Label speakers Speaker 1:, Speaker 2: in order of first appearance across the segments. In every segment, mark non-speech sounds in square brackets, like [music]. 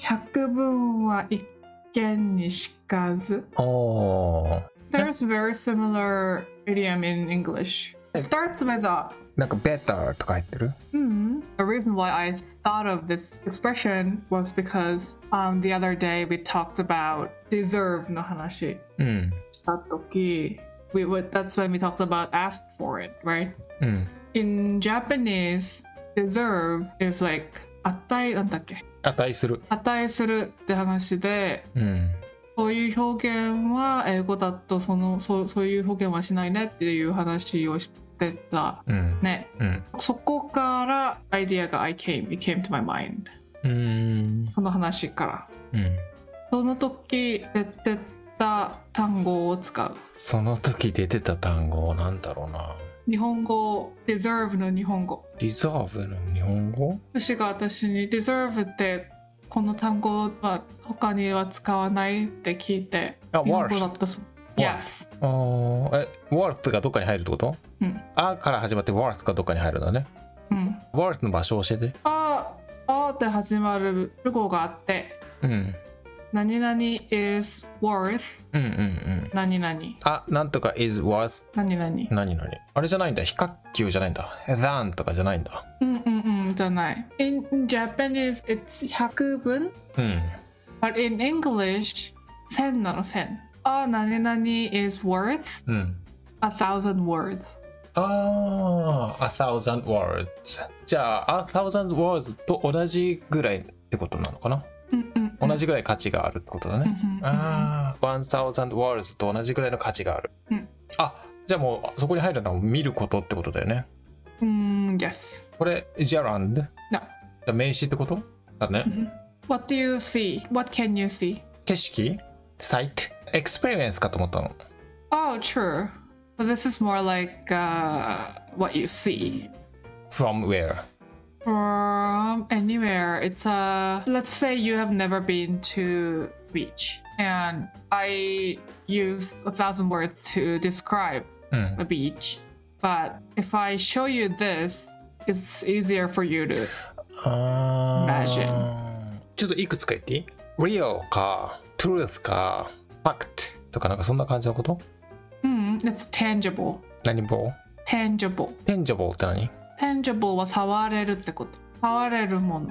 Speaker 1: 百聞は一見にしかず。
Speaker 2: Oh,
Speaker 1: There's very similar idiom in English. Starts with a
Speaker 2: なんか better とか入ってる
Speaker 1: Hmm. The reason why I thought of this expression was because um, the other day we talked about deserve の話
Speaker 2: うん。
Speaker 1: した時 we would, that's when we talked about ask for it, right?
Speaker 2: うん。
Speaker 1: In Japanese, deserve is like 値なんだっけ
Speaker 2: 値する。
Speaker 1: 値するって話で
Speaker 2: うん。
Speaker 1: そういう表現は英語だとそのそうそういう表現はしないねっていう話をしてた
Speaker 2: うん。
Speaker 1: ね。
Speaker 2: うん。
Speaker 1: そこからアイディアが I came, it came to my mind.
Speaker 2: うん。
Speaker 1: その話から。
Speaker 2: うん。
Speaker 1: その時出てた単語を使う。
Speaker 2: その時出てた単語なんだろうな。
Speaker 1: 日本語、deserve の日本語。
Speaker 2: reserve の日本語
Speaker 1: 私が私に deserve ってこの単語は他には使わないって聞いて、
Speaker 2: あ、
Speaker 1: 日本語
Speaker 2: worth
Speaker 1: だ。ったそう。
Speaker 2: Worth
Speaker 1: Yes.
Speaker 2: あーえ、worth がどっかに入るってこと
Speaker 1: うん。
Speaker 2: あから始まって worth がどっかに入るんだね。
Speaker 1: うん。
Speaker 2: worth の場所教えて。
Speaker 1: あ、あって始まる語語があって、
Speaker 2: うん。
Speaker 1: 何々 is worth
Speaker 2: うんうんうん。
Speaker 1: 何々。
Speaker 2: あ、なんとか is worth
Speaker 1: 何々。
Speaker 2: 何々。あれじゃないんだ。非角球じゃないんだ。than とかじゃないんだ。
Speaker 1: うんうんうんじゃない。In Japanese, it's 100分
Speaker 2: うん。
Speaker 1: But in English, 1000なの1000。あ、何々 is worth
Speaker 2: うん。
Speaker 1: a thousand words。
Speaker 2: ああ、a thousand words。じゃあ、a thousand words と同じぐらいってことなのかな、
Speaker 1: うんうんうん
Speaker 2: 同。じぐらい価値があるってことだ
Speaker 1: うんう
Speaker 2: ね。
Speaker 1: んうん
Speaker 2: ああ、1000 words と同じぐらいの価値がある。
Speaker 1: うん
Speaker 2: あ、じゃあもうそこに入るのは見ることってことだよね。
Speaker 1: うん、yes。
Speaker 2: これ、ジャランド
Speaker 1: No.
Speaker 2: 名詞ってことだね。
Speaker 1: What do you see? What can you see?
Speaker 2: 景色 ?sight? experience かと思ったの。
Speaker 1: Oh, true. But this is more like uh, what you see.
Speaker 2: from where?
Speaker 1: From anywhere, it's a. Let's say you have never been to beach, and I use a thousand words to describe
Speaker 2: うん。
Speaker 1: a beach. But if I show you this, it's easier for you to.
Speaker 2: あー
Speaker 1: Imagine
Speaker 2: ちょっといくつか言っていい ?real か truth か fact とかなんかそんな感じのこと
Speaker 1: Mm, it's tangible.
Speaker 2: 何棒
Speaker 1: Tangible.
Speaker 2: ?tangible って何
Speaker 1: Tangible は触れるってこと。触れるもの。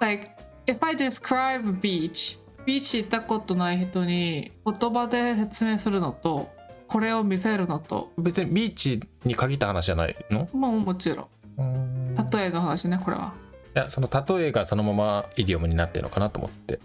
Speaker 1: Like, if I describe a beach, beach 行ったことない人に言葉で説明するのと、これを見せるのと、
Speaker 2: 別にビーチに限った話じゃないの
Speaker 1: まあもちろん。
Speaker 2: うーんい
Speaker 1: 例えの話ね、これは。
Speaker 2: やその例えがそのままイディオムになってるのかなと思って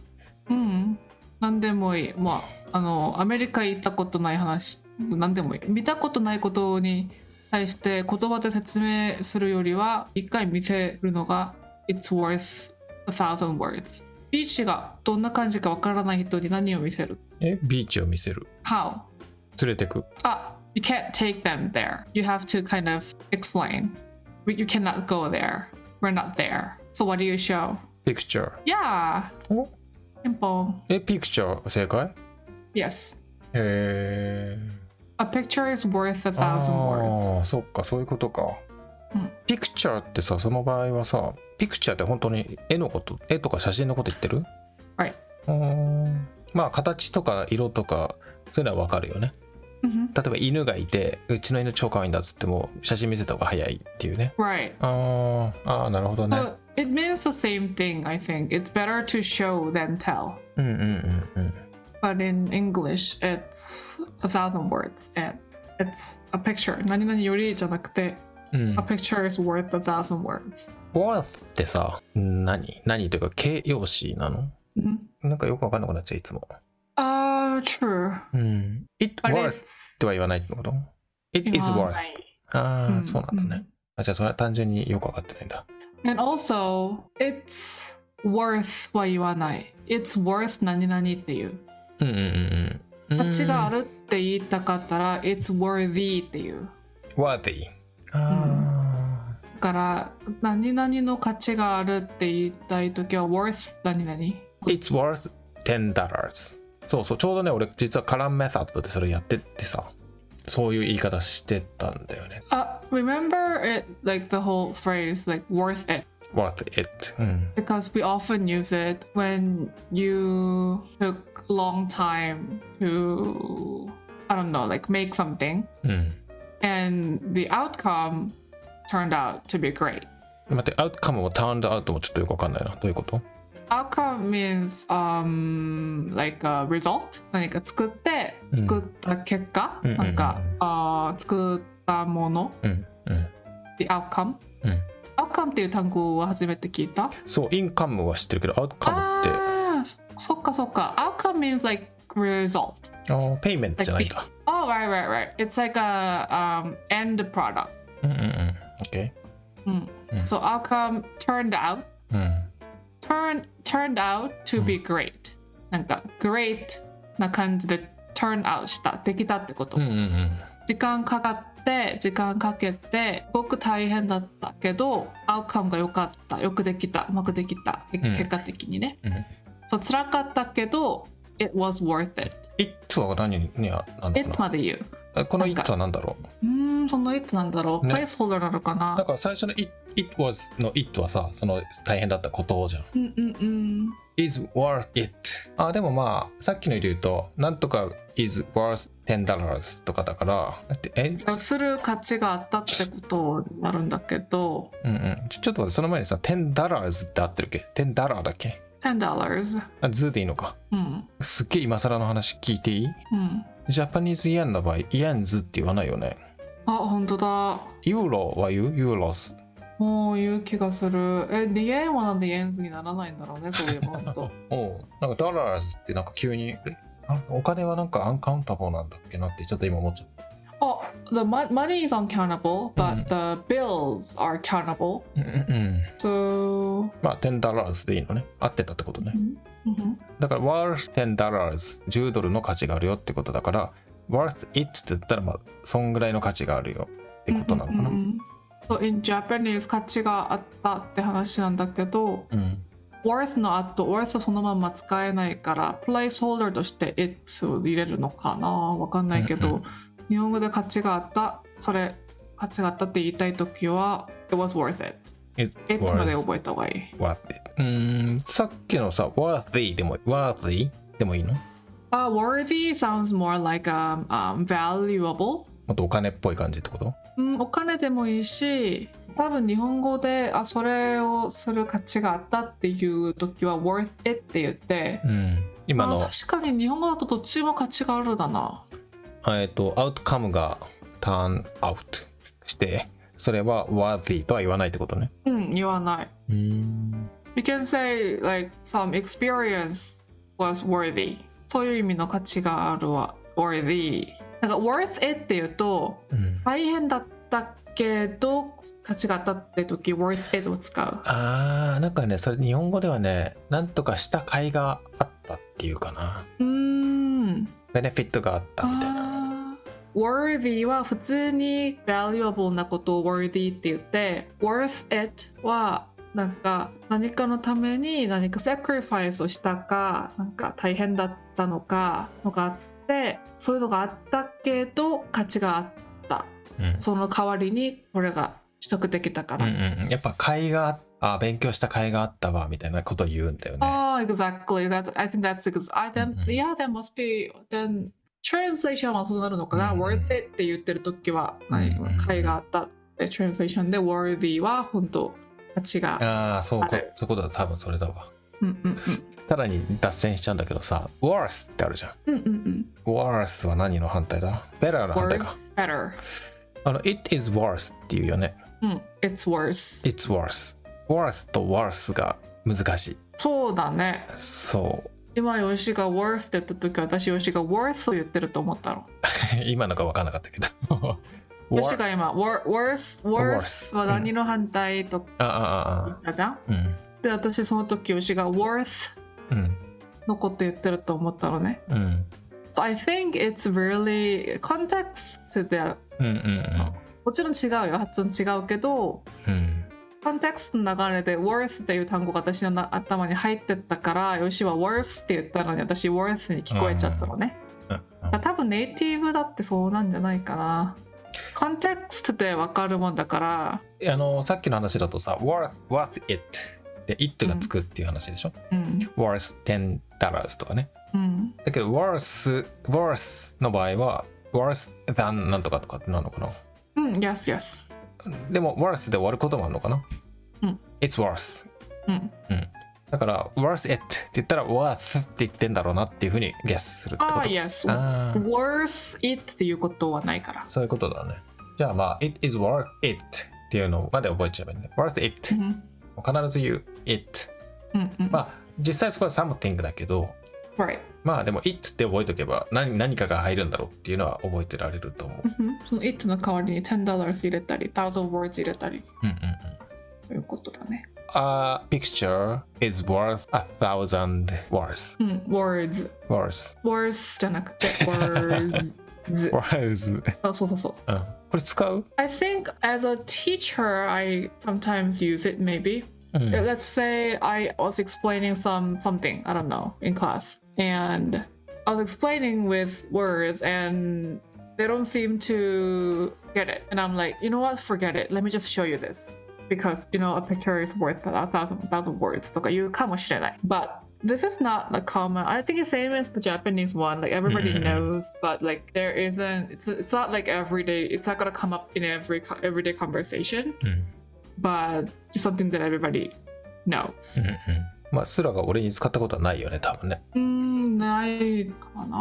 Speaker 1: うん。何でもいい。まあ、あの、アメリカ行ったことない話、何でもいい。見たことないことに対して言葉で説明するよりは、一回見せるのが、It's worth a thousand words。ビーチがどんな感じかわからない人に何を見せる
Speaker 2: えビーチを見せる
Speaker 1: ?How?
Speaker 2: 連れてく
Speaker 1: あ、You can't take them there. You have to kind of explain. We- You cannot go there. We're not there. So what do you show?
Speaker 2: picture
Speaker 1: Yeah.
Speaker 2: お
Speaker 1: simple.
Speaker 2: えピクチャー正解
Speaker 1: Yes.
Speaker 2: へえ
Speaker 1: A picture is worth a thousand
Speaker 2: Oh.
Speaker 1: words.
Speaker 2: あーそっかそういうことか、
Speaker 1: うん
Speaker 2: ピクチャーってさその場合はさピクチャーって本当に絵のこと絵とか写真のこと言ってる
Speaker 1: はいう
Speaker 2: ーんまあ形とか色とかそういうのは分かるよね
Speaker 1: Mhm.
Speaker 2: 例えば犬がいてうちの犬超可愛いんだっつっても写真見せた方が早いっていうね
Speaker 1: Right.
Speaker 2: あーあーなるほどね、
Speaker 1: So it means the same thing, I think. It's better to show than tell.
Speaker 2: うんうんうんうん
Speaker 1: But in English, it's a thousand words and it's a picture. 何々よりじゃなくて、
Speaker 2: うん、
Speaker 1: a picture is worth a thousand words.
Speaker 2: worth ってさ何何というか形容詞なの
Speaker 1: Mhm.
Speaker 2: なんかよく分かんなくなっちゃういつも、
Speaker 1: Ah, true.
Speaker 2: うん、it
Speaker 1: But
Speaker 2: worth
Speaker 1: it's
Speaker 2: っては言わないってこと ?It is
Speaker 1: 言わ
Speaker 2: worth.
Speaker 1: ない
Speaker 2: ああ、
Speaker 1: うん
Speaker 2: そうなんだね。あじゃあそれは単純によくわかってないんだ。
Speaker 1: And also, it's worth は言わない。It's worth 何々っていう。
Speaker 2: うんうんうんうん。
Speaker 1: 価値があるって言いたかったら、it's worthy っていう。
Speaker 2: うん。worthy。あ
Speaker 1: だから何々の価値があるって言いたい時は worth 何々
Speaker 2: あ。It's worth ten dollars。そうそう、ちょうどね、俺実はカランメソッドでそれやってってさ、そういう言い方してたんだよね。
Speaker 1: Uh, あ、remember it like the whole phrase like worth it
Speaker 2: worth it、うん、
Speaker 1: because we often use it when you took long time to I don't know like make something
Speaker 2: うん、
Speaker 1: and the outcome turned out to be great.
Speaker 2: 待って outcome も turned out もちょっとよくわかんないなどういうこと
Speaker 1: Outcome means um like a result 何か作って
Speaker 2: うん
Speaker 1: 作った結果、
Speaker 2: うんうんうん
Speaker 1: なんかあー作ったもの
Speaker 2: うんうん
Speaker 1: uh, the outcome、
Speaker 2: うん
Speaker 1: outcome っていう単語は初めて聞いた
Speaker 2: そう income は知ってるけど outcome っ
Speaker 1: あーそそっかそっか outcome means like result
Speaker 2: てあー payment じゃないんだ
Speaker 1: oh right right right it's like a um end product
Speaker 2: うんうんうん OK
Speaker 1: うん
Speaker 2: うん
Speaker 1: so outcome turned out
Speaker 2: うん
Speaker 1: turn turned out to be great なんか great な感じで turn out したできたってこと、
Speaker 2: うんうんうん
Speaker 1: 時間かかって時間かけてすごく大変だったけどアウトカムが良かったよくできたうまくできたけ
Speaker 2: うん
Speaker 1: 結果的にね、
Speaker 2: うん
Speaker 1: そう辛かったけど it was worth it
Speaker 2: it は何にあなんだろ
Speaker 1: it
Speaker 2: うな
Speaker 1: まで言う
Speaker 2: あこの
Speaker 1: なんか
Speaker 2: it は何だろ
Speaker 1: うーんその it なんだろう、
Speaker 2: ね
Speaker 1: プレイスホルダーなのか
Speaker 2: うなん
Speaker 1: な
Speaker 2: か最初の it, it was の it はさその大変だったことじゃん
Speaker 1: うんうんうん
Speaker 2: is worth it あでもまあさっきので言うとなんとか is worth 10 dollars とかだからだってえ
Speaker 1: する価値があったってことになるんだけど
Speaker 2: うんうんちょちょっと待ってその前にさ10 dollars って合ってるっけ10 dollar だっけ
Speaker 1: 10 dollars
Speaker 2: あズーでいいのか
Speaker 1: うん
Speaker 2: すっげえ今更の話聞いていい
Speaker 1: うん
Speaker 2: ジャパニーズイエンの場合イエンズって言わないよね
Speaker 1: あ本当だ
Speaker 2: ユーロは言うユーロス
Speaker 1: もう言う気がするえでイエンはなんでイエンズにならないんだろうねそういえば本
Speaker 2: [laughs]
Speaker 1: 当
Speaker 2: おうなんかドラーズってなんか急にえあお金はなんかアンカウンタボーなんだっけなってちょっと今思っちゃった
Speaker 1: Oh, the mon- money is uncountable, but
Speaker 2: Mhm.
Speaker 1: the bills are countable.
Speaker 2: うんうんうん
Speaker 1: So,
Speaker 2: まあ10ダラーズでいいのね合ってたってことね
Speaker 1: mhm.
Speaker 2: だから worth 10 dollars 10ドルの価値があるよってことだから worth it って言ったらまあそんぐらいの価値があるよってことなのかな
Speaker 1: So in Japanese 価値があったって話なんだけど、
Speaker 2: うん、
Speaker 1: worth の後 worth そのまんま使えないから、プレイスホルダーとして it を入れるのかな、わかんないけ
Speaker 2: うんう
Speaker 1: ど、日本語で価値があった、それ価値があったって言いたいときは、it was worth it。
Speaker 2: it
Speaker 1: it まで
Speaker 2: was
Speaker 1: 覚えた方がいい。
Speaker 2: worth it うーんさっきのさ worthy でも worthy でもいいのも
Speaker 1: Uh, worthy sounds more like um, um, valuable.
Speaker 2: っとお金っぽい感じってこと
Speaker 1: うん、お金でもいいし多分日本語であそれをする価値があったっていう時は worth it って言って、
Speaker 2: うん今
Speaker 1: あ
Speaker 2: の
Speaker 1: 確かに日本語だとどっちも価値があるだな
Speaker 2: えっとアウトカムが turn out してそれは worthy とは言わないってことね
Speaker 1: うん言わない
Speaker 2: うん
Speaker 1: We can say like some experience was worthy そういう意味の価値があるは worthy なんか worth it って言うと
Speaker 2: うん
Speaker 1: 大変だったけど価値があったって時 worth it を使う
Speaker 2: あーなんかねそれ日本語ではねなんとかした甲斐があったっていうかな
Speaker 1: うーん
Speaker 2: ベネフィットがあったみたいな。
Speaker 1: あー worthy は普通に valuable なことを worthy って言って worth it はなんか何かのために何か sacrifice をしたかなんか大変だったのかのがあってそういうのがあったけど価値があった
Speaker 2: うん
Speaker 1: その代わりにこれが取得できたから、
Speaker 2: うんうん、やっぱ甲斐があ勉強した甲斐があったわみたいなことを言うんだよね。
Speaker 1: Oh, exactly. That I think that's ex- I then
Speaker 2: Mhm.
Speaker 1: yeah, that must be then translation はそうなるのかな、
Speaker 2: うん
Speaker 1: worth it って言ってる時は何
Speaker 2: うん
Speaker 1: かいがあったって translation で worthy は本当価値が
Speaker 2: ああそうこ
Speaker 1: あ
Speaker 2: そう
Speaker 1: る
Speaker 2: いうことだ多分それだわ。
Speaker 1: うんうん
Speaker 2: さらに脱線しちゃうんだけどさ「worse」ってあるじゃん。
Speaker 1: うんうんうん
Speaker 2: worse は何の反対だ ?better の
Speaker 1: うん
Speaker 2: 反対
Speaker 1: worse
Speaker 2: か。
Speaker 1: better
Speaker 2: あの「it is worse」っていうよね。
Speaker 1: うん it's worse
Speaker 2: it's worse。worse と worse が難しい。
Speaker 1: そうだね
Speaker 2: そう。 [laughs]
Speaker 1: 今ヨシが worse って言った時私ヨシが worth を言ってると思ったの
Speaker 2: 今のが分からなかったけ
Speaker 1: [laughs]
Speaker 2: ど。
Speaker 1: ヨシが今 wor- worse
Speaker 2: Worse
Speaker 1: worse は何の反対とか
Speaker 2: あああ
Speaker 1: 言
Speaker 2: あ。
Speaker 1: ったじゃん
Speaker 2: うん。
Speaker 1: で私その時ヨシが worth
Speaker 2: うん。
Speaker 1: のこと言ってると思ったのね。
Speaker 2: うん。
Speaker 1: So I think it's really context で
Speaker 2: うんうんうん
Speaker 1: もちろん違うよ発音違うけど
Speaker 2: うん。
Speaker 1: context の流れで worth っていう単語が私のな頭に入ってったからよしは worth って言ったのに私 worth に聞こえちゃったのね。
Speaker 2: うんうん
Speaker 1: だから多分ネイティブだってそうなんじゃないかな。コンテクストでわかるもんだから、
Speaker 2: あのさっきの話だとさ worth, worth it で it がつくっていう話でしょ、
Speaker 1: うん、
Speaker 2: worth 10 dollars とかね
Speaker 1: うん、
Speaker 2: だけど worth worth の場合は worth than なんとかとかってなるのかな
Speaker 1: うん、yes, yes。
Speaker 2: でも worth で終わることもあるのかな、
Speaker 1: うん、
Speaker 2: it's worth
Speaker 1: うん、
Speaker 2: だから worth it って言ったら worth って言ってんだろうなっていうふうにゲスするってこと
Speaker 1: ああ、yes。
Speaker 2: あー
Speaker 1: worse it っていうことはないから。
Speaker 2: そういうことだねじゃあまあ it is worth it っていうのまで覚えちゃえばいいね worth
Speaker 1: う
Speaker 2: it
Speaker 1: ん、
Speaker 2: 必ず言う it
Speaker 1: うん、うん。
Speaker 2: まあ実際そこは something だけど
Speaker 1: right。
Speaker 2: まあでも it って覚えとけば何何かが入るんだろうっていうのは覚えてられると思
Speaker 1: う
Speaker 2: う
Speaker 1: ん Mm-hmm. その it の代わりに10 dollars 入れたり、1000 words 入れたり
Speaker 2: うんうんうん
Speaker 1: ということだね。
Speaker 2: A picture is worth a thousand words.
Speaker 1: うん、words。
Speaker 2: words.
Speaker 1: words じゃなくて [laughs] words。
Speaker 2: words.
Speaker 1: あそうそうそう。
Speaker 2: うん、 [laughs] これ使う、
Speaker 1: I think as a teacher, I sometimes use it maybe.
Speaker 2: うん
Speaker 1: Let's say I was explaining some something, I don't know, in class. And I was explaining with words and they don't seem to get it. And I'm like, you know what? Forget it. Let me just show you this. Because you know a picture is worth a thousand thousand words. Like you come But this is not a common I think it's same as the Japanese one. Like everybody
Speaker 2: Mm.
Speaker 1: knows, but like there isn't it's it's not like everyday it's not gonna come up in every co- everyday conversation.
Speaker 2: うんうん
Speaker 1: but it's something that everybody knows.
Speaker 2: うんまあ、スラが俺に使ったことはないよね、多分ね。
Speaker 1: うん、ないかな。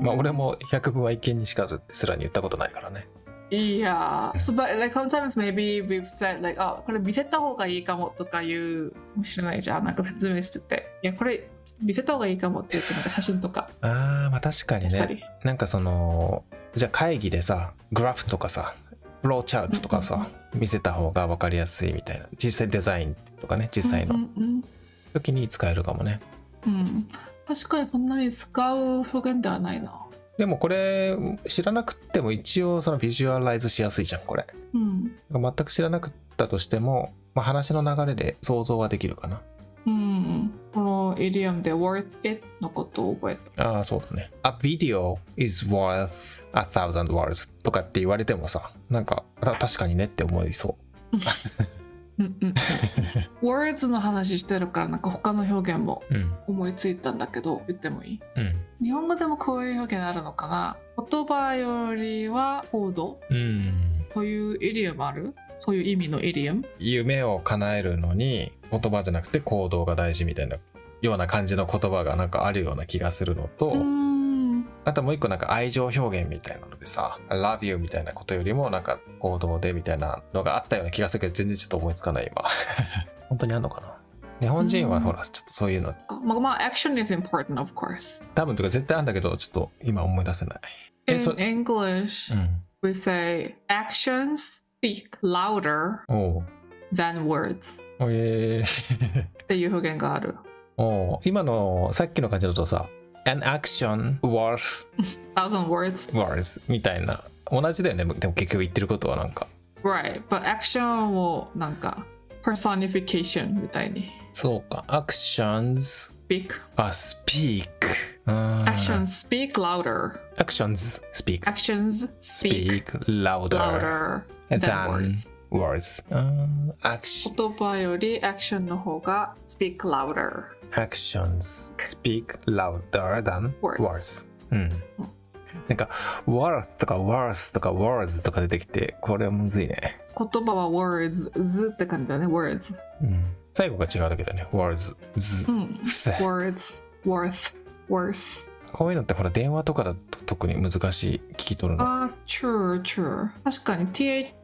Speaker 2: まあ、俺も百分は一見にしかずってスラに言ったことないからね。
Speaker 1: Yeah. So, but like sometimes maybe we've said like, あ、これ見せた方がいいかもとかいうかもしれないじゃん。なんか説明してて、いや、これ見せた方がいいかもって言ってなんか写真とか
Speaker 2: あー、まあ確かに
Speaker 1: した
Speaker 2: ね。
Speaker 1: り。
Speaker 2: なんかその、じゃあ会議でさ、グラフとかさ、フローチャートとかさ、見せた方が分かりやすいみたいな。実際デザインとかね、実際
Speaker 1: うん
Speaker 2: の
Speaker 1: うん
Speaker 2: 時に使えるかもね。
Speaker 1: うん、うん。確かにこんなに使う表現ではないな。
Speaker 2: でもこれ知らなくっても一応そのビジュアライズしやすいじゃんこれ
Speaker 1: うん。
Speaker 2: 全く知らなくったとしても、まあ、話の流れで想像はできるかな
Speaker 1: うん。このイリアムで worth it のことを覚えた。
Speaker 2: ああそうだね A video is worth a thousand words とかって言われてもさなんかた確かにねって思いそ
Speaker 1: うんうん。words の話してるからなんか他の表現も
Speaker 2: ううん
Speaker 1: 思いついたんだけど言ってもいい
Speaker 2: うん
Speaker 1: 日本語でもこういう表現あるのかな言葉よりは行動
Speaker 2: うん
Speaker 1: というイリアムあるそういう意味のイリアム
Speaker 2: 夢を叶えるのに言葉じゃなくて行動が大事みたいなような感じの言葉がなんかあるような気がするのと、
Speaker 1: うん
Speaker 2: あともう一個なんか愛情表現みたいなのでさ、I love you みたいなことよりもなんか行動でみたいなのがあったような気がするけど全然ちょっと思いつかない今。 [laughs] 本当にあんのかな日本人は
Speaker 1: うん
Speaker 2: ほら、ちょっとそういうの
Speaker 1: まあまあ action is important of course
Speaker 2: 多分というか絶対あんだけどちょっと今思い出せない。
Speaker 1: in
Speaker 2: えそ
Speaker 1: English、we say actions speak louder
Speaker 2: うん。おう
Speaker 1: than words
Speaker 2: おえー
Speaker 1: っていう表現がある
Speaker 2: [laughs] おう今のさっきの感じだとさ、an action worth
Speaker 1: thousand words
Speaker 2: words みたいな。同じだよね。でも結局言ってることはなんか。
Speaker 1: right but action をなんか personification みたいに
Speaker 2: そうか。actions,
Speaker 1: speak
Speaker 2: あ、speak。ア
Speaker 1: actions speak louder
Speaker 2: actions speak
Speaker 1: actions speak
Speaker 2: speak louder,
Speaker 1: louder
Speaker 2: than,
Speaker 1: than words.
Speaker 2: words. うーん action,
Speaker 1: 言葉より action の方が speak louder
Speaker 2: actions speak louder than
Speaker 1: Words.
Speaker 2: words. うん、なんか worth とか worth とか words とか出てきてこれはむずいね、
Speaker 1: 言葉は words ずって感じだね words
Speaker 2: うん、最後が違うだけだね words ず
Speaker 1: うん
Speaker 2: せ
Speaker 1: words worth worse
Speaker 2: こういうのってほら電話とかだと特に難しい聞き取るの
Speaker 1: あー true true 確かに th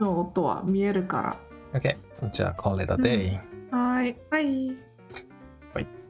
Speaker 1: の音は見えるか
Speaker 2: OK じゃあこれだで、
Speaker 1: らはいはい
Speaker 2: はい